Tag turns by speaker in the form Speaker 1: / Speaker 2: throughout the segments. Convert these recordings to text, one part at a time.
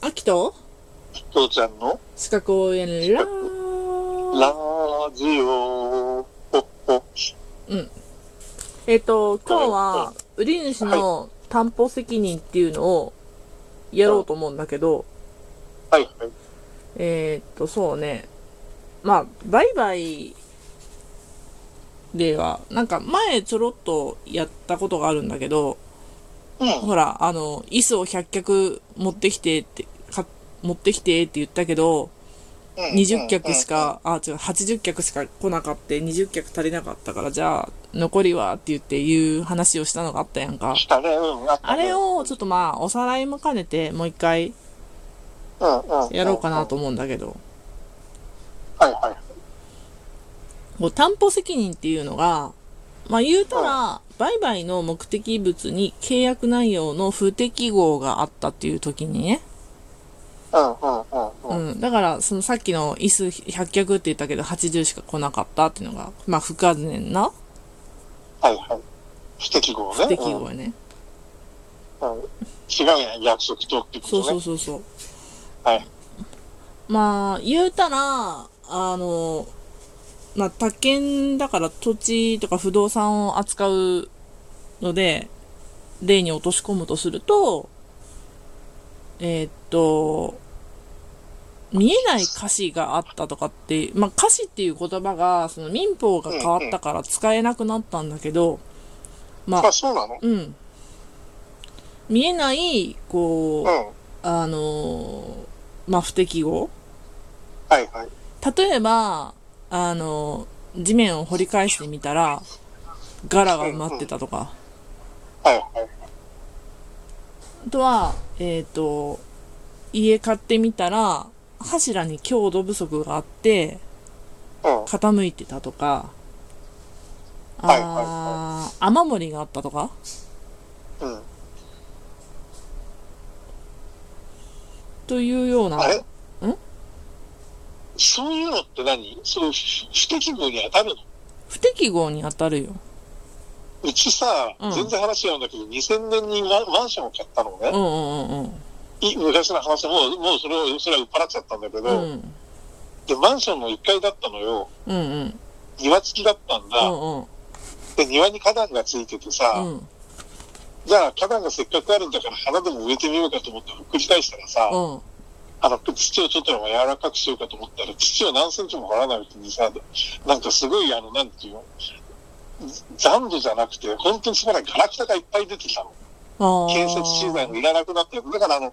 Speaker 1: 秋と
Speaker 2: 父ちゃんの
Speaker 1: 四角応援ラ
Speaker 2: ラ
Speaker 1: ー
Speaker 2: ジオ。ほっほ
Speaker 1: えっ、と、今日は、売り主の担保責任っていうのをやろうと思うんだけど、
Speaker 2: はいはい。
Speaker 1: えっ、と、そうね。まあ、売買では、なんか前ちょろっとやったことがあるんだけど、
Speaker 2: うん。
Speaker 1: ほら、あの、椅子を100脚持ってきてって、か持ってきてって言ったけど、20脚しか、あ、違う、80脚しか来なかって、20脚足りなかったから、じゃあ、残りはって言って言う話をしたのがあったやんか
Speaker 2: うん。。したね、うん。ったね
Speaker 1: あれ、を、ちょっとまあ、おさらいも兼ねて、もう一回
Speaker 2: うんうん、
Speaker 1: やろうかなと思うんだけど、
Speaker 2: はいはい。
Speaker 1: こう担保責任っていうのが、まあ言うたら、売買の目的物に契約内容の不適合があったっていう時にね、
Speaker 2: うんうんうんうん。
Speaker 1: うん、だからそのさっきの椅子100脚って言ったけど80しか来なかったっていうのがまあ不可能な
Speaker 2: はいはい。不適合ね。
Speaker 1: 不適合やね、
Speaker 2: うんうん違うやん、約束とってこと
Speaker 1: そう
Speaker 2: ね。
Speaker 1: そうそうそう
Speaker 2: はい。
Speaker 1: まあ言うたらあのまあ他県だから土地とか不動産を扱うので例に落とし込むとするとえーっと見えない歌詞があったとかって、まあ、歌詞っていう言葉がその民法が変わったから使えなくなったんだけど、まあ
Speaker 2: あ、そうなの
Speaker 1: うん。見えない、こ
Speaker 2: うん。
Speaker 1: う、
Speaker 2: は
Speaker 1: あのーまあ、不適合
Speaker 2: いはい。
Speaker 1: 例えば、あのー地面を掘り返してみたら、柄が埋まってたとか。
Speaker 2: はいはい。
Speaker 1: あとは、えっ、と、家買ってみたら、柱に強度不足があって、
Speaker 2: うん。
Speaker 1: 傾いてたとか、あー、
Speaker 2: はいはい
Speaker 1: 雨漏りがあったとか
Speaker 2: うん。
Speaker 1: というような。
Speaker 2: あれそういうのって何その不不適合に当たるの
Speaker 1: 不適合に当たるよ。
Speaker 2: うちさ、
Speaker 1: うん
Speaker 2: 全然話違うんだけど、2000年にマンマンションを買ったのね
Speaker 1: う。んうんうん
Speaker 2: い昔の話、もう、もうそれを、それは売っ払っちゃったんだけ
Speaker 1: う
Speaker 2: ど、
Speaker 1: ん。うん。
Speaker 2: で、マンションの1階だったのよ。
Speaker 1: うんうん。
Speaker 2: 庭付きだったん
Speaker 1: う
Speaker 2: だ。
Speaker 1: んうん。
Speaker 2: で、庭に花壇がついててさ、
Speaker 1: うん。
Speaker 2: じゃあ花壇がせっかくあるんだから花でも植えてみようかと思って、ふっくり返したらさ、
Speaker 1: うん。
Speaker 2: あの、土をちょっとでも柔らかくしようかと思ったら、土を何センチも掘らないうちにさ、なんかすごい、あの、なんていうの、残土じゃなくて、本当にすごいガラクタがいっぱい出てきたの。
Speaker 1: ああ。
Speaker 2: 建設資材もいらなくなって、だからあの、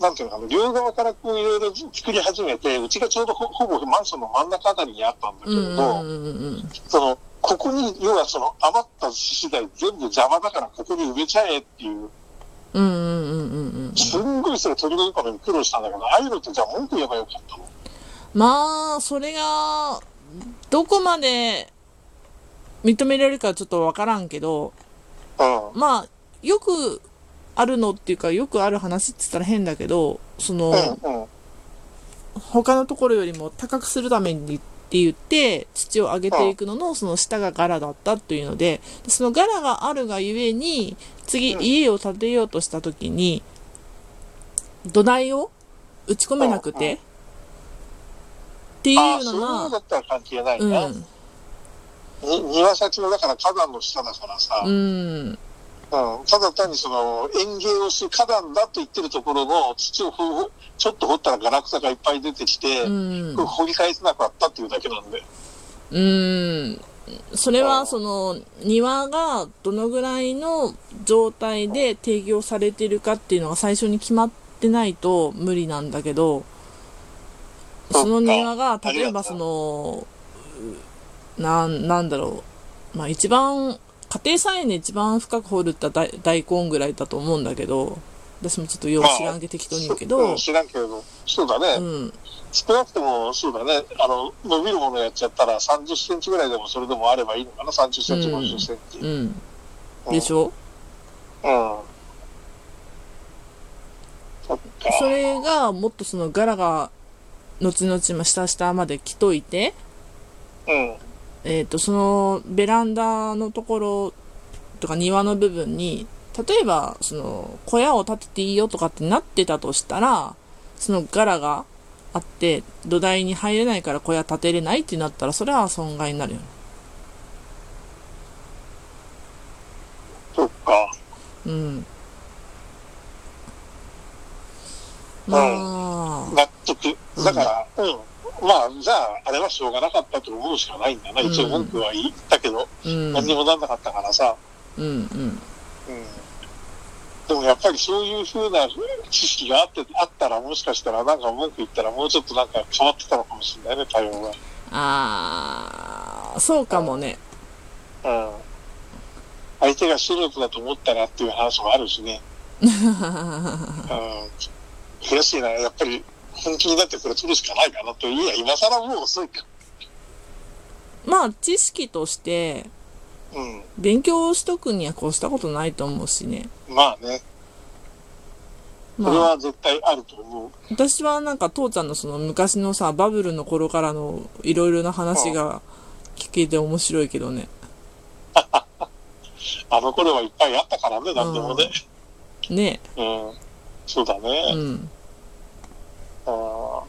Speaker 2: なんていうのかな、両側からこういろいろ作り始めて、うちがちょうどほほぼマンションの真ん中あたりにあったんだけ
Speaker 1: うん
Speaker 2: れ
Speaker 1: う
Speaker 2: ど、
Speaker 1: んうんうん。
Speaker 2: その、ここに、要はその余った資材全部邪魔だからここに植えちゃえっていう、
Speaker 1: うんうんうんうんうん。
Speaker 2: すんごいそれ取り除くのに苦労したんだけど、ああいうのってじゃあ文句言えばよかったの
Speaker 1: まあ、それが、どこまで認められるかちょっとわからんけど、
Speaker 2: うん。
Speaker 1: まあ、よくあるのっていうか、よくある話って言ったら変だけど、その、
Speaker 2: うん、うん。
Speaker 1: 他のところよりも高くするためにって言って、土を上げていくのの、その下が柄だったというので、その柄があるがゆえに、次
Speaker 2: うん
Speaker 1: 家を建てようとした時に、土台を打ち込めなく
Speaker 2: うんう
Speaker 1: て、
Speaker 2: ん
Speaker 1: ってい
Speaker 2: ああ、
Speaker 1: う
Speaker 2: そういう
Speaker 1: の
Speaker 2: のだ
Speaker 1: が、
Speaker 2: ったら関係ないうな。
Speaker 1: ん、
Speaker 2: に庭先のだから花壇の下だからさ、
Speaker 1: うん、
Speaker 2: うんただ単にその園芸をする花壇だと言ってるところの土をほほちょっと掘ったらガラクタがいっぱい出てきて、
Speaker 1: うん。
Speaker 2: 掘り返せなかったっていうだけなんで。
Speaker 1: うーん。それ
Speaker 2: う
Speaker 1: は、
Speaker 2: ん
Speaker 1: その、庭がどのぐらいの状態で提供されてるかっていうのが最初に決まってないと無理なんだけど、
Speaker 2: そっか
Speaker 1: その庭が、
Speaker 2: あり
Speaker 1: 例え
Speaker 2: が
Speaker 1: ば
Speaker 2: と
Speaker 1: そうの、うなん、なんだろう。まあ一番、家庭菜園で一番深く掘るって大大根ぐらいだと思うんだけど、私もちょっとよう知らんけ適当に言うけ
Speaker 2: そ
Speaker 1: ど
Speaker 2: うん、知らんけど、そうだ
Speaker 1: う
Speaker 2: ね、
Speaker 1: ん、
Speaker 2: 少なくともそうだね、あの、伸びるものやっちゃったら30センチぐらいでもそれでもあればいいのかな、30センチ、
Speaker 1: うん
Speaker 2: 50センチ。
Speaker 1: うん。
Speaker 2: うん
Speaker 1: でしょ
Speaker 2: うん。そっか。
Speaker 1: それがもっとその柄が後々も下下まで来といて、
Speaker 2: うん。
Speaker 1: えっとそのベランダのところとか庭の部分に例えばその小屋を建てていいよとかってなってたとしたらその柄があって、土台に入れないから小屋建てれないってなったら、それは損害になるよね。
Speaker 2: そっか。
Speaker 1: うん。まあ、
Speaker 2: 納得。だから、うん。まあ、じゃあ、あれはしょうがなかったと思うしかないんだな。一応文句は言ったけど、
Speaker 1: うん、
Speaker 2: 何にもなんなかったからさ。
Speaker 1: うん、うん。
Speaker 2: うん。でもやっぱりそういうふうな知識があって、あったら、もしかしたらなんか文句言ったら、もうちょっとなんか変わってたのかもしれないね、対応
Speaker 1: ああ、そうかもね。
Speaker 2: が。うん。相手が素人だと思ったらっていう話もあるしね。うん。悔しいな。やっぱり、本気になってこれ取るしかないかなと。いや、今更もう遅いか。
Speaker 1: まあ、知識として、
Speaker 2: うん。
Speaker 1: 勉強しとくにはこうしたことないと思うしね。
Speaker 2: まあね。それ
Speaker 1: まあ、
Speaker 2: は絶対あると思う。
Speaker 1: 私はなんか父ちゃんのその昔のさ、バブルの頃からのいろいろな話が聞けて面白いけどね。
Speaker 2: あの頃はいっぱいあったからね、なんでもね。
Speaker 1: ね
Speaker 2: うん。そうだ
Speaker 1: え。
Speaker 2: ね
Speaker 1: う。ん。
Speaker 2: あー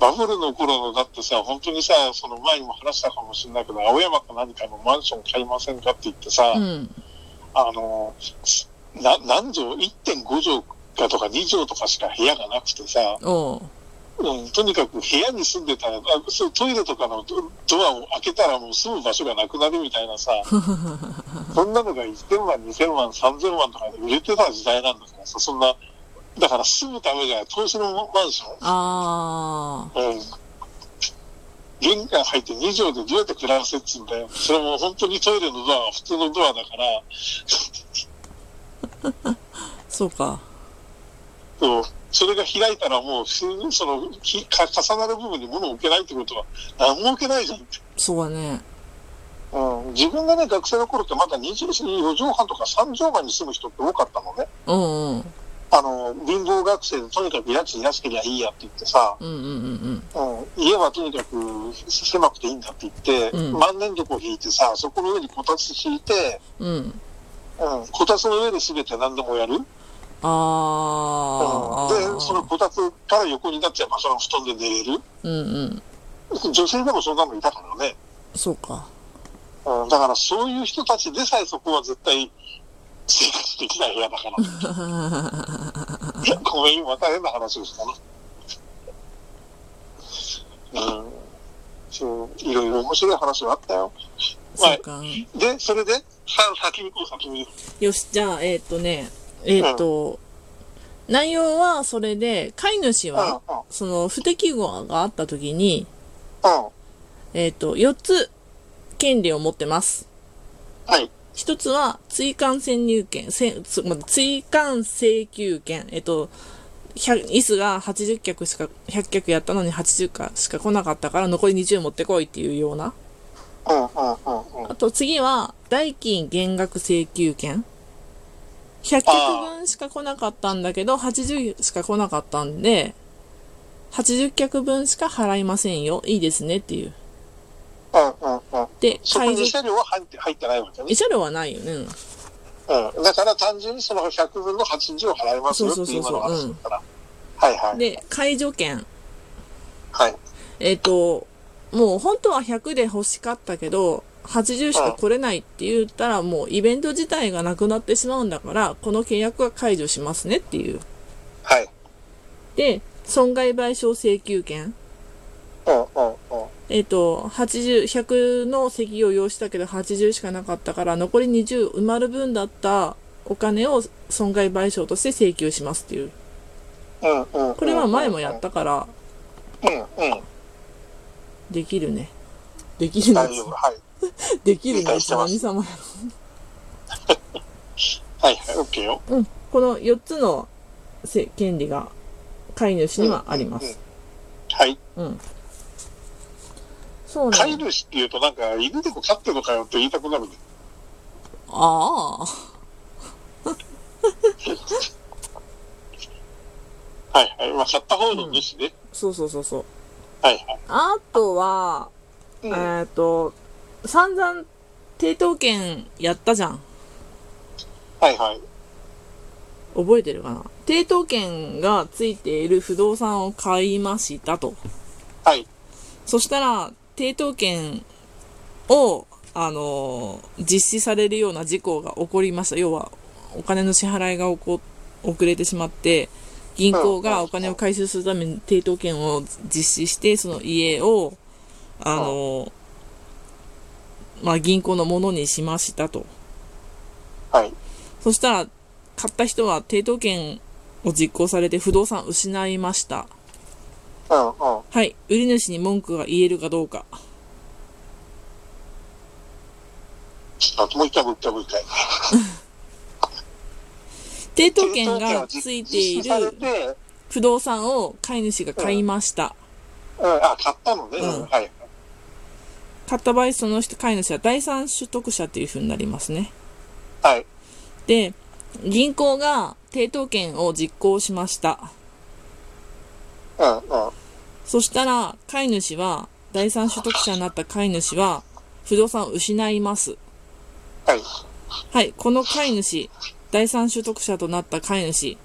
Speaker 2: バブルの頃の、だってさ、本当にさ、その前にも話したかもしれないけど、青山か何かのマンション買いませんかって言ってさ、
Speaker 1: うん。
Speaker 2: あの、な何畳 ?1.5 畳かとか2畳とかしか部屋がなくてさ、
Speaker 1: おう。
Speaker 2: うん、とにかく部屋に住んでたら、あそうトイレとかのドドアを開けたらもう住む場所がなくなるみたいなさ、そんなのが1000万、2000万、3000万とかで売れてた時代なんだからさ、そんな、だから住むためじゃない、投資のマンシ
Speaker 1: あ
Speaker 2: ョン、うん、玄関入って2畳でどうやって暮らせっつうんだよ。それも本当にトイレのドアは普通のドアだから、
Speaker 1: あ、そうか。
Speaker 2: そうそれが開いたらもう普通にそのきか重なる部分に物を置けないってことは何も置けないじゃんって。
Speaker 1: そうだね。
Speaker 2: うん、自分がね、学生の頃ってまだ24畳半とか3畳半に住む人って多かったのね。
Speaker 1: うんうん。
Speaker 2: あの、貧乏学生でとにかく家賃安けりゃいいやって言ってさ、
Speaker 1: うんうんうん
Speaker 2: うん、家はとにかく狭くていいんだって言って、
Speaker 1: うん
Speaker 2: 万年床を引いてさ、そこの上にこたつ敷いて、
Speaker 1: うん。うん。
Speaker 2: うん、こたつの上で全て何でもやる。うん、で、
Speaker 1: ああ。
Speaker 2: そのこたつから横になっちゃえばその布団で寝れる。
Speaker 1: うんうん。
Speaker 2: 女性でもそんなのいたからね。
Speaker 1: そうか。
Speaker 2: うん、だからそういう人たちでさえそこは絶対生活できない部屋だから。いや ごめん、今大変な話をしたな。うん。そう、いろいろ面白い話があったよ。
Speaker 1: そうか。
Speaker 2: で、それで、さ先に行こう、先に。
Speaker 1: よし、じゃあ、えっ、とね、えっ、と、内容はそれで、飼い主
Speaker 2: うん、うん、
Speaker 1: は、その不適合があった時に、
Speaker 2: うん。
Speaker 1: えっ、と、4つ権利を持ってます。
Speaker 2: はい。
Speaker 1: 1つは、追加占入権、せつま追加請求権、えっ、と、100椅子が80脚しか、100脚やったのに80かしか来なかったから残り20持ってこいっていうような。
Speaker 2: うん、うん、うん、うん。
Speaker 1: あと次は、代金減額請求権。100客分しか来なかったんだけど、80しか来なかったんで、80客分しか払いませんよ。いいですねっていう。
Speaker 2: うん、うん、うん。
Speaker 1: で、
Speaker 2: そこ
Speaker 1: 会
Speaker 2: に
Speaker 1: 場、
Speaker 2: 車両は入って、入ってないわけね
Speaker 1: 慰。謝料はないよね。
Speaker 2: うん。だから単純にその100分の80を払いますよっていう今の話だから。はい、はい。
Speaker 1: で、解除権。
Speaker 2: はい。
Speaker 1: えっ、と、もう本当は100で欲しかったけど、80しか来れないって言ったら、もうイベント自体がなくなってしまうんだから、この契約は解除しますねっていう。
Speaker 2: はい。
Speaker 1: で、損害賠償請求権。
Speaker 2: うん、うん、うん。
Speaker 1: えっ、と、80、100の席を用意したけど80しかなかったから、残り20埋まる分だったお金を損害賠償として請求しますっていう。
Speaker 2: こ
Speaker 1: これは前もやっ。たから、
Speaker 2: うんうん。
Speaker 1: できるね。できるね
Speaker 2: 大。丈夫。はい。
Speaker 1: できる
Speaker 2: 理
Speaker 1: ね。
Speaker 2: 解してます
Speaker 1: 何様や
Speaker 2: はいはい。OK よ。
Speaker 1: ろ。うん。この4つのせ権利が飼い主にはあります。
Speaker 2: はい。
Speaker 1: うん。そう
Speaker 2: 飼
Speaker 1: ね
Speaker 2: い。主っていうとなんか、犬でも飼ってるのかよって言いたくなるね。
Speaker 1: ああ。
Speaker 2: はいはい。まあ、飼った方の主ね。
Speaker 1: そうそうそうそう。
Speaker 2: はいはい。
Speaker 1: あとは、
Speaker 2: うん
Speaker 1: えーっと、散々、抵当権やったじゃん。
Speaker 2: はいはい。
Speaker 1: 覚えてるかな抵当権がついている不動産を買いましたと。
Speaker 2: はい。
Speaker 1: そしたら、抵当権を、あの、実施されるような事項が起こりました。要は、お金の支払いが起こ、遅れてしまって、銀行がお金を回収するために抵当権を実施して、その家を、あの、まあ、銀行のものにしましたと。
Speaker 2: はい。
Speaker 1: そしたら、買った人は抵当権を実行されて不動産を失いました。
Speaker 2: うんうん。
Speaker 1: はい。売り主に文句が言えるかどうか。
Speaker 2: ちょっともう一回もう一回もう一回。
Speaker 1: 抵当権がついてい
Speaker 2: 実施され
Speaker 1: る
Speaker 2: て、
Speaker 1: 不動産を買い主が買いました。
Speaker 2: うん、あ、買ったのね。
Speaker 1: うん
Speaker 2: はい。
Speaker 1: 買った場合、その人、買い主は第三取得者という風になりますね。
Speaker 2: はい。
Speaker 1: で、銀行が抵当権を実行しました。
Speaker 2: うんうん。
Speaker 1: そしたら、買い主は、第三取得者になった買い主は、不動産を失います。
Speaker 2: はい。
Speaker 1: はい、この飼い主、第三取得者となった飼い主、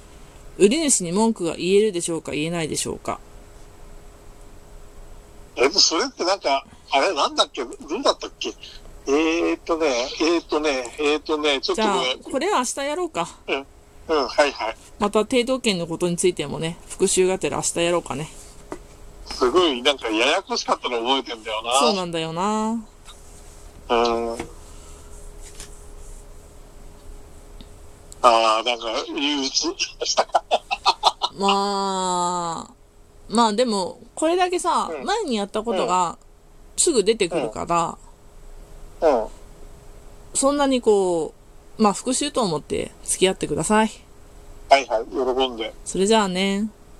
Speaker 1: 売り主に文句が言えるでしょうか、言えないでしょうか。
Speaker 2: え、それってなんか、あれなんだっけどうだったっけえーっとね、えーっとね、えーっとね、ちょっ
Speaker 1: じ
Speaker 2: と
Speaker 1: ゃあ
Speaker 2: ね、、
Speaker 1: これは明日やろうか。
Speaker 2: うん、はいはい。
Speaker 1: また、抵当権のことについてもね、復習がてら明日やろうかね。
Speaker 2: すごい、なんかややこしかったの覚えてんだよな。
Speaker 1: そうなんだよな。
Speaker 2: うん。ああ、なんか、憂鬱でしたか。
Speaker 1: まあ、まあでも、これだけさ、
Speaker 2: うん
Speaker 1: 前にやったことが、すぐ出てくるから、
Speaker 2: うん。
Speaker 1: そんなにこう、まあ復習と思って付き合ってください。
Speaker 2: はいはい、喜んで。
Speaker 1: それじゃあね。